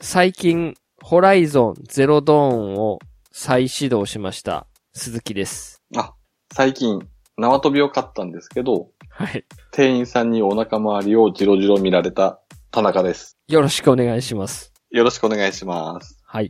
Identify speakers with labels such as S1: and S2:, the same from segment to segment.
S1: 最近、ホライゾンゼロドーンを再始動しました。鈴木です。
S2: あ、最近、縄跳びを買ったんですけど、
S1: はい。
S2: 店員さんにお腹周りをジロジロ見られた田中です。
S1: よろしくお願いします。
S2: よろしくお願いします。
S1: はい。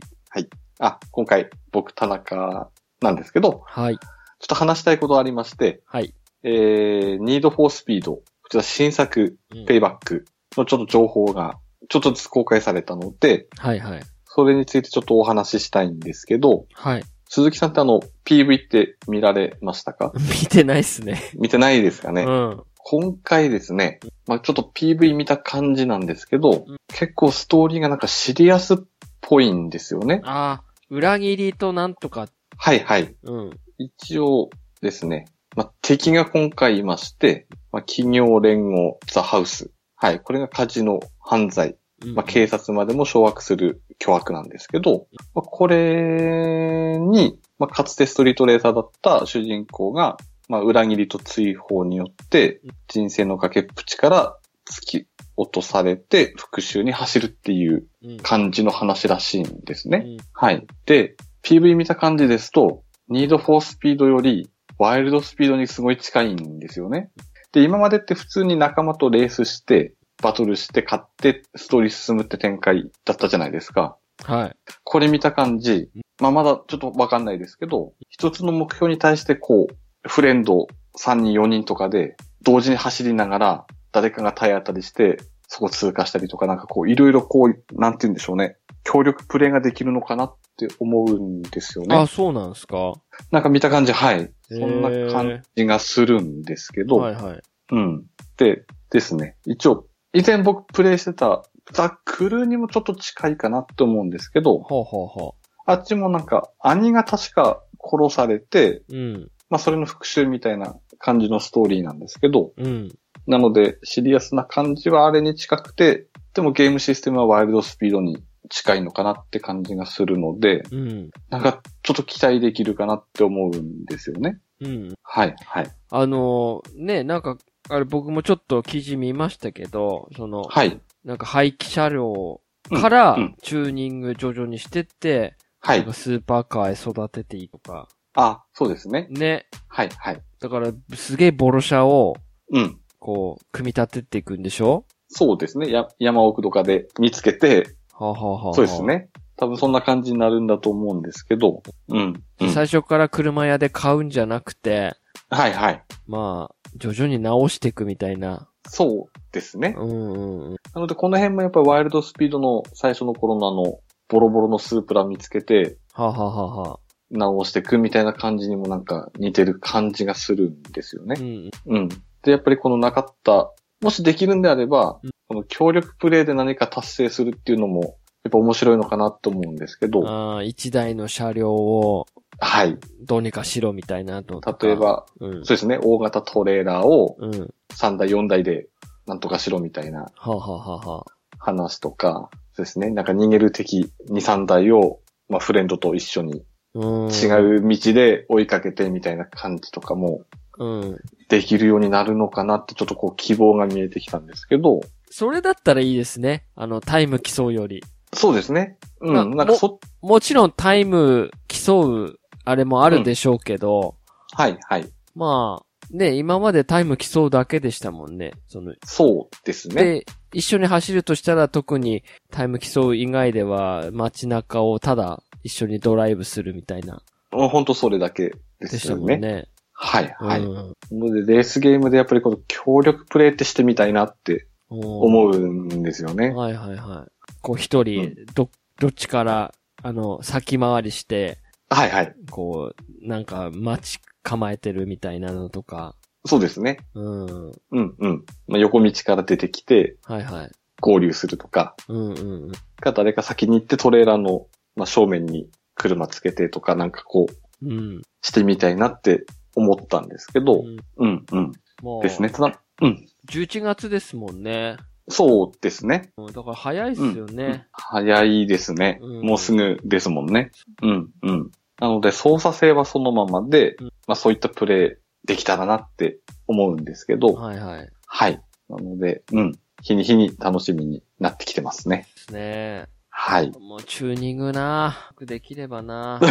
S2: あ、今回、僕田中なんですけど、
S1: はい。
S2: ちょっと話したいことありまして、
S1: はい。
S2: えー、Need for Speed、こちら新作、
S1: うん
S2: ペイバックのちょっと情報が、ちょっとずつ公開されたので、
S1: はいはい。
S2: それについてちょっとお話ししたいんですけど、
S1: はい。
S2: 鈴木さんってあの、PV って見られましたか
S1: 見てないっすね。
S2: 見てないですかね
S1: うん。
S2: 今回ですね、まあちょっと PV 見た感じなんですけど、
S1: うん
S2: 結構ストーリーがなんかシリアスっぽいんですよね。
S1: ああ、裏切りとなんとか、
S2: はいはい。
S1: うん。
S2: 一応ですね、まあ敵が今回いまして、まあ企業連合ザハウス。はい。これがカジノ犯罪。
S1: うん
S2: まあ警察までも掌握する巨悪なんですけど、まあこれに、まあかつてストリートレーサーだった主人公が、まあ、裏切りと追放によって
S1: うん、
S2: 人生の崖っぷちから突き落とされて復讐に走るっていう
S1: うん
S2: 感じの話らしいんです
S1: う
S2: ね。
S1: ん
S2: はい。で、PV 見た感じですと、Need for Speed より、ワイルドスピードにすごい近いんですよね。で、今までって普通に仲間とレースして、バトルして、勝って、ストーリー進むって展開だったじゃないですか。
S1: はい。
S2: これ見た感じ
S1: うん、
S2: まあ、まだちょっとわかんないですけど、一つの目標に対してこう、フレンド3人4人とかで、同時に走りながら、誰かが体当たりして、そこ通過したりとか、なんかこう、いろいろこう、なんて言うんでしょうね。協力プレイができるのかなって思うんですよ
S1: あ
S2: ね
S1: あ、。そうなんすか。
S2: なんか見た感じ、はい。
S1: そ
S2: そんな感じがするんですけど、
S1: はいはい。
S2: うん。で、ですね。一応、以前僕プレイしてた、ザ・クルーにもちょっと近いかなって思うんですけど、
S1: ほうほうほ
S2: あっちもなんか、兄が確か殺されて、
S1: う。うん。
S2: まあそれの復讐みたいな感じのストーリーなんですけど、
S1: うん。
S2: なのでシリアスな感じはあれに近くて、でもゲームシステムはワイルドスピードに近いのかなって感じがするので、
S1: うん。
S2: なんかちょっと期待できるかなって思うんですよね。
S1: うん。
S2: はい、はい。
S1: あのーね、なんか、あれ僕もちょっと記事見ましたけど、その、
S2: はい、
S1: なんか廃棄車両から
S2: うんうん
S1: チューニング徐々にしてって、
S2: は
S1: なん
S2: い
S1: か。スーパーカーへ育てていいとか。
S2: あ、そうですね。
S1: ね。
S2: はい、はい。
S1: だから、すげえボロ車を、
S2: うん。
S1: こう、組み立てていくんでしょ
S2: そうですね。や山奥とかで見つけて、
S1: はあ、はあはあはあ
S2: そうです。ね。多分そんな感じになるんだと思うんですけど、うん。うん、
S1: 最初から車屋で買うんじゃなくて、
S2: はい、はい。
S1: まあ、徐々に直していくみたいな。
S2: そうですね。
S1: うんうんうん。
S2: なので、この辺もやっぱりワイルドスピードの最初の頃のあの、ボロボロのスープラ見つけて、
S1: はあ、はあはあはあ、
S2: 直していくみたいな感じにもなんか似てる感じがするんですよ
S1: う
S2: ね。
S1: ん。
S2: うん。で、やっぱりこのなかった、もしできるんであれば、
S1: うん
S2: この協力プレイで何か達成するっていうのも、やっぱ面白いのかなと思うんですけど、
S1: ああ、一台の車両を
S2: はい。
S1: どうにかしろみたいなと。
S2: 例え。ば、
S1: うん。
S2: そうですね、大型トレーラーを
S1: うん。は
S2: 3台、4台でなんとかしろみたいな
S1: あ、はあはあはあ、
S2: 話とか、そうですね。なんか逃げる敵2、3台を、まあフレンドと一緒に
S1: うん。
S2: 違。う道で追いかけてみたいな感じとかも
S1: うん。
S2: できるようになるのかなってちょっとこう希望が見えてきたんですけど、
S1: それだったらいいですね。あの、タイム競うより。
S2: そうですね。うん。
S1: まあ
S2: なんかそ、
S1: もちろんタイム競う、あれもあるでしょうけど、
S2: はいはい。
S1: まあ、ね、今までタイム競うだけでしたもんね。その、
S2: そうですね。
S1: で、一緒に走るとしたら特にタイム競う以外では街中をただ一緒にドライブするみたいな、
S2: ほんとそれだけで
S1: でし
S2: す
S1: た
S2: よ
S1: もんね。
S2: ね。はいはい。
S1: うん
S2: なのでレースゲームでやっぱりこの協力プレイってしてみたいなって
S1: 思
S2: 思うんですよね。
S1: はいはいはい。こう一人、ど、どっちから、あの、先回りして、
S2: はいはい。
S1: こう、なんか待ち構えてるみたいなのとか、
S2: そうですね。
S1: うん。
S2: うんうん。まあ、横道から出てきて
S1: はいはい。
S2: 合流するとか、
S1: うんうんうん。
S2: か誰か先に行ってトレーラーの、まあ、正面に車つけてとかなんかこう
S1: うん。
S2: してみたいなって思ったんですけど、
S1: ん
S2: うんうん。
S1: もう、
S2: ですね。ただ、うん。
S1: 11月ですもんね。
S2: そうですね。
S1: うんだから早いですよね。
S2: 早いですね。
S1: うん
S2: もうすぐですもんね。うんうん。なので操作性はそのままで、
S1: うん
S2: まあそういったプレイできたらなって思うんですけど、はい。
S1: はいはい。で
S2: なので、うん。日に日に楽しみになってきてますね。
S1: すね。
S2: はい。
S1: もうチューニングなぁ。できれば なもっ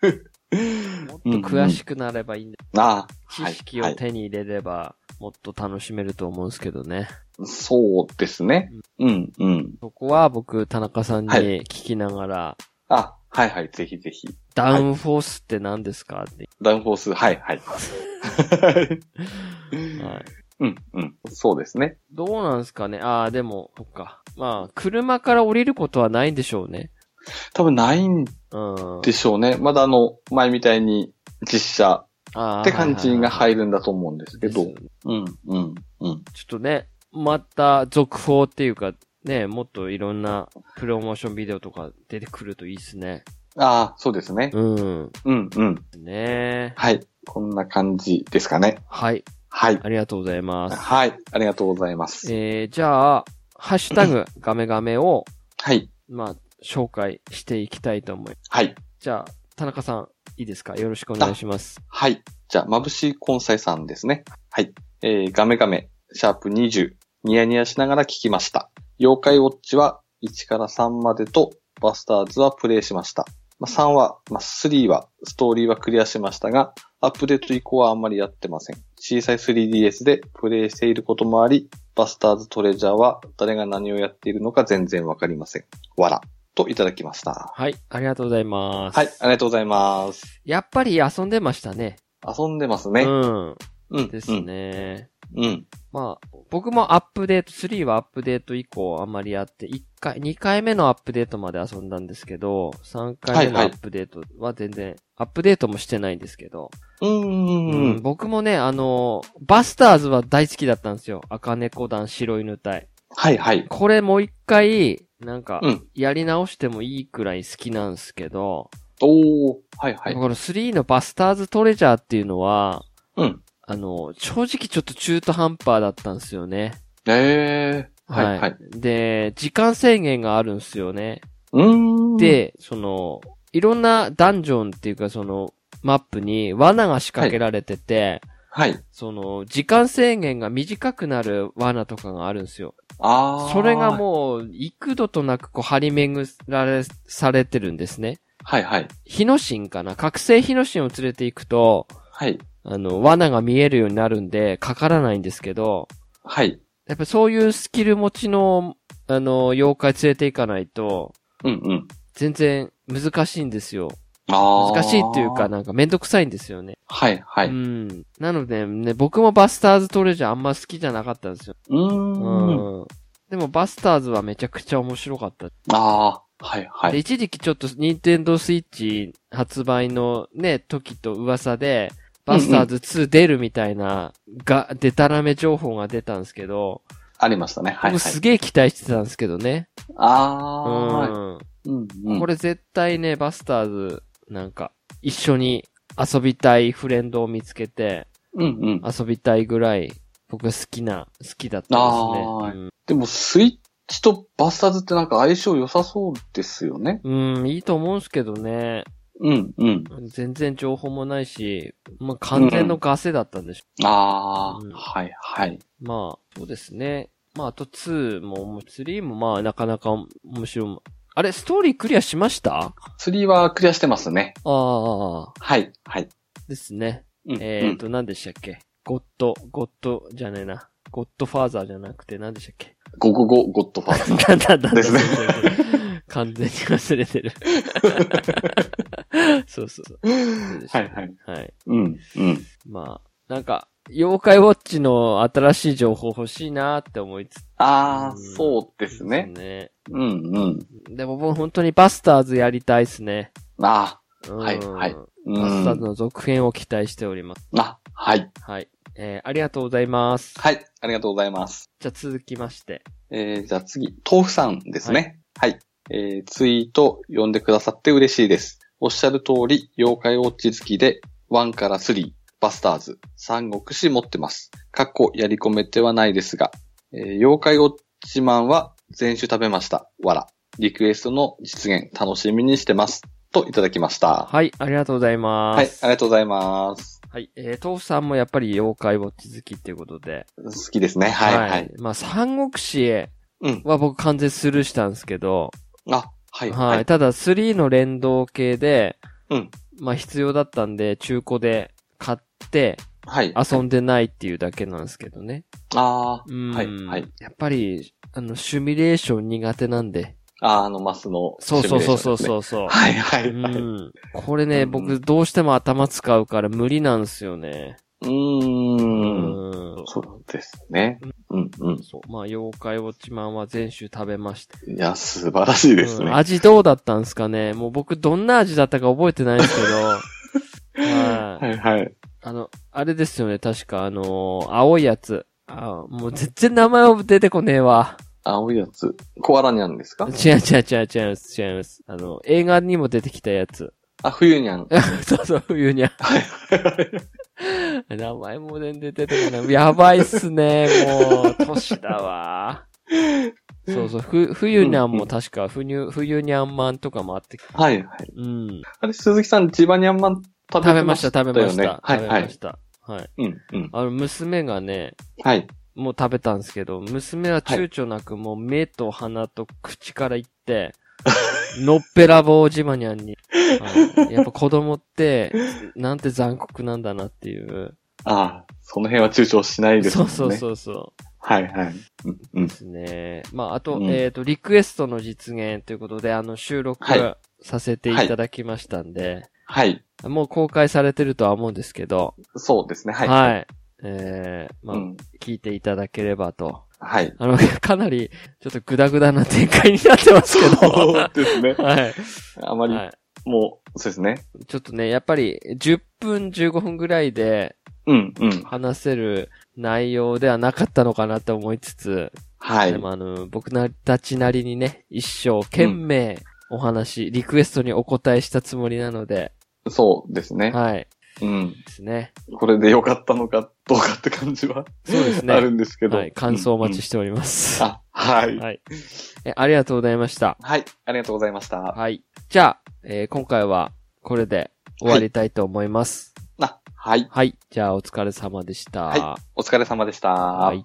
S1: と詳しくなればいいんだ。
S2: ああ、
S1: 知
S2: はい。
S1: 識
S2: は
S1: を
S2: い。
S1: 手に入れれば、もっと楽しめると思うんですけどね。
S2: そうですね。うん、うん。
S1: そこは僕、田中さんに
S2: はい
S1: 聞きながら、
S2: あ、はいはい、ぜひぜひ。
S1: ダウンフォースって何ですかって。
S2: ダウンフォース、はいはい。
S1: はい。
S2: うん、うん。そうですね。
S1: どうなんですかねああ、でも、そっか。まあ、車から降りることはないんでしょうね。
S2: 多分ないん
S1: うん。
S2: でしょうね。まだあの、前みたいに実写
S1: あー
S2: って感じが
S1: はいはいはい
S2: 入るんだと思うんですけど。
S1: ですよね
S2: うん、うん、うん。
S1: ちょっとね、また続報っていうか、ね、もっといろんなプロモーションビデオとか出てくるといいですね。
S2: ああ、そうですね。
S1: うん。
S2: うん、うん。
S1: ね
S2: はい。こんな感じですかね。
S1: はい。
S2: はい。
S1: ありがとうございます。
S2: はい。ありがとうございます。
S1: えー、じゃあ、ハッシュタグ、ガメガメを、
S2: はい。
S1: まあ、紹介していきたいと思います。
S2: はい。
S1: じゃあ、田中さん、いいですかよろしくお願いします。
S2: はい。じゃあ、まぶしい根菜さんですね。はい。えー、ガメガメ、シャープ20、ニヤニヤしながら聞きました。妖怪ウォッチは1から3までと、バスターズはプレイしました。まあ、3は、まあ、3は、ストーリーはクリアしましたが、アップデート以降はあんまりやってません。小さい 3DS でプレイしていることもあり、バスターズトレジャーは誰が何をやっているのか全然わかりません。わら。といただきました。
S1: はい、ありがとうございます。
S2: はい、ありがとうございます。
S1: やっぱり遊んでましたね。
S2: 遊んでますね。
S1: うん。
S2: うん。
S1: ですね。
S2: うん。うん。
S1: まあ、僕もアップデート、3はアップデート以降あんまりやって、1回、2回目のアップデートまで遊んだんですけど、3回目の
S2: は
S1: ア
S2: いはい
S1: ップデートは全然、アップデートもしてないんですけど、
S2: うーん。
S1: うん僕もね、あの、バスターズは大好きだったんですよ。赤猫団白犬隊。
S2: はいはい。
S1: これもう一回、なんか
S2: うん、
S1: やり直してもいいくらい好きなんですけど、
S2: おー。はいはい。
S1: この3のバスターズトレジャーっていうのは、
S2: うん。
S1: あの、正直ちょっと中途半端だったんですよね。
S2: えー。はいはい。
S1: で、時間制限があるんですよね。
S2: うーん。、
S1: で、その、いろんなダンジョンっていうかその、マップに罠が仕掛けられてて、
S2: はい。
S1: その、時間制限が短くなる罠とかがあるんですよ。
S2: あー。
S1: それがもう、幾度となくこう、張り巡られ、されてるんですね。
S2: はいはい。
S1: ヒノシンかな覚醒ヒノシンを連れて行くと、
S2: はい。
S1: あの、罠が見えるようになるんで、かからないんですけど、
S2: はい。
S1: やっぱそういうスキル持ちの、あの、妖怪連れていかないと、
S2: うんうん。
S1: 全然難しいんですよ。
S2: あー。
S1: 難しいっていうか、。なんかめんどくさいんですよね。。
S2: はいはいう
S1: ん。なのでね、僕もバスターズトレジャーあんま好きじゃなかったんですよ。
S2: うーん。
S1: うん。でもバスターズはめちゃくちゃ面白かった。
S2: あー。はいは
S1: で、
S2: い。
S1: 一時期ちょっとニンテンドースイッチ発売のね、時と噂で、バスターズ2出るみたいな、が、でたらめ情報が出たんですけど、
S2: ありましたね。はい
S1: 僕
S2: はい。
S1: すげえ期待してたんですけどね。
S2: あ
S1: うん。
S2: ー。うんうん。
S1: これ絶対ね、バスターズ、なんか、一緒に遊びたいフレンドを見つけて、
S2: うんうん。
S1: 遊びたいぐらい、僕は好きな、好きだった
S2: あ
S1: ん
S2: ー
S1: ですね。
S2: でも、スイッチとバスターズってなんか相性良さそうですよね。
S1: うん、うんいいと思うんですけどね。
S2: うんうん。
S1: 全然情報もないし、まあ、完全のガセだったんでしょ。
S2: あ
S1: うん
S2: ー。はいはい。
S1: まあ、そうですね。まあ、あと2も、3も、まあ、なかなか面白い。あれ、ストーリークリアしました
S2: 釣りはクリアしてますね。
S1: ああ、
S2: はいはい。
S1: ですね。
S2: うん
S1: えっ、と、何でしたっけゴッド、ゴッドじゃねえな。ゴッドファーザーじゃなくて何でしたっけ
S2: ゴゴゴゴッドファーザー。
S1: なんだなんだ
S2: ですね
S1: 忘れてる完全に忘れてる。 そうそうそう。そうでした
S2: はいはい。
S1: はい。
S2: うん、うん。
S1: まあ、なんか、妖怪ウォッチの新しい情報欲しいなーって思いつつ
S2: ああ、
S1: うん
S2: そうですね。
S1: ね。
S2: うん、うん。
S1: でも僕本当にバスターズやりたいですね。
S2: ああ、
S1: うん
S2: はいはいう
S1: バスターズ
S2: ん。
S1: の続編を期待しております。
S2: あ、はい。
S1: はい。えー、ありがとうございます。
S2: はい、ありがとうございます。
S1: じゃあ続きまして。
S2: えー、じゃあ次、豆腐さんですね。はい。えー、ツイート読んでくださって嬉しいです。おっしゃる通り、妖怪ウォッチ好きで、1から3、バスターズ、三国志持ってます。かっこやり込めてはないですが、えー妖怪ウォッチマンは全種食べました。わら。リクエストの実現楽しみにしてます。といただきました。
S1: はい、ありがとうございます。
S2: はい、ありがとうございます。
S1: はい。えー、豆腐さんもやっぱり妖怪ウォッチ好きっていうことで。
S2: 好きですね。はい、はい。
S1: まあ、三国志
S2: うん、
S1: は僕完全スルーしたんですけど、
S2: あ、はい。
S1: はい。ただ3の連動系で、
S2: うん
S1: まあ必要だったんで、中古で買って
S2: はい。
S1: 遊んでないっていうだけなんですけどね。
S2: あ
S1: うん。
S2: はいはい
S1: やっぱり、あの、シミュレーション苦手なんで。
S2: あ、あーあの、マスのシ
S1: そ
S2: ミ
S1: う
S2: ュレーシ
S1: そう
S2: ョンです
S1: そうそ
S2: ね、
S1: うそうそう。
S2: はいは
S1: う。
S2: いはい。うん
S1: これね、
S2: うん
S1: 僕どうしても頭使うから無理なんですよね。う
S2: ーん。
S1: ん
S2: そうですね。うんうん。
S1: そう。まあ、妖怪ウォッチマンは全種食べました。
S2: いや、素晴らしいです
S1: うん
S2: ね。
S1: 味どうだったんですかねもう僕どんな味だったか覚えてないんです けど。はい。
S2: はいはい。
S1: あの、あれですよね、確か、あのー青いやつ。あもう全然名前を出てこねえわ。
S2: 青いやつ。コアラニャンですか
S1: 違う違う違う違います、違います。あの、映画にも出てきたやつ。
S2: あ、冬にゃん。
S1: そうそう、冬にゃ。名前も全然出てこない。やばいっすね、もう、年だわ。そうそう、ふ、冬にゃんも確か、冬、冬にゃんまんとかもあって、
S2: はいはい。
S1: うん。
S2: あれ、鈴木さん、ジバニャンマン食
S1: 食べ
S2: べ
S1: ま
S2: ま
S1: し、
S2: したた
S1: 食べまし
S2: よね
S1: た。
S2: はい
S1: 食
S2: は
S1: べま
S2: い
S1: し。た。はい。
S2: うんうん。
S1: あの、娘がね、
S2: はい。
S1: もう食べたんですけど、娘は躊躇なくもう目と鼻と口からい って、のっぺらぼうじまにゃんに、はいやっぱ子供って、なんて残酷なんだなっていう。
S2: ああ、その辺は躊躇しないです
S1: そ
S2: もん
S1: う
S2: ね。
S1: そうそうそう。
S2: はいはい。うんうん
S1: で。すね。まあ、あと、
S2: うん
S1: えっ、と、リクエストの実現ということで、あの、収録
S2: はい
S1: させていただきましたんで、
S2: はい。
S1: もう公開されてるとは思うんですけど、
S2: そうですね。は。
S1: はいい。えー、まあ、
S2: うん。
S1: 聞いていただければと。
S2: はい。
S1: あの、 かなり、ちょっとグダグダな展開になってますけど。
S2: そうですね。
S1: はい。
S2: あまり、
S1: は
S2: もう、そうですね。
S1: い。ちょっとね、やっぱり、10分、15分ぐらいで
S2: うんうん。
S1: 話せる内容ではなかったのかなって思いつつ、
S2: はい
S1: で。もあの、僕な、たちなりにね、一生懸命お話、リクエストにお答えしたつもりなので、
S2: そうですね。
S1: はい。
S2: うん。
S1: ですね。
S2: これで良かったのかどうかって感じは、
S1: そうですね
S2: あるんですけど。
S1: はい。感想お待ち
S2: し
S1: しております。
S2: あ、はい。
S1: はい。え、ありがとうございました。
S2: はい。ありがとうございました。
S1: はい。じゃあ、えー今回はこれで終わりたいと思います。
S2: あ、はい。
S1: はい。じゃあ、お疲れ様でした。
S2: はいお疲れ様でした。
S1: はい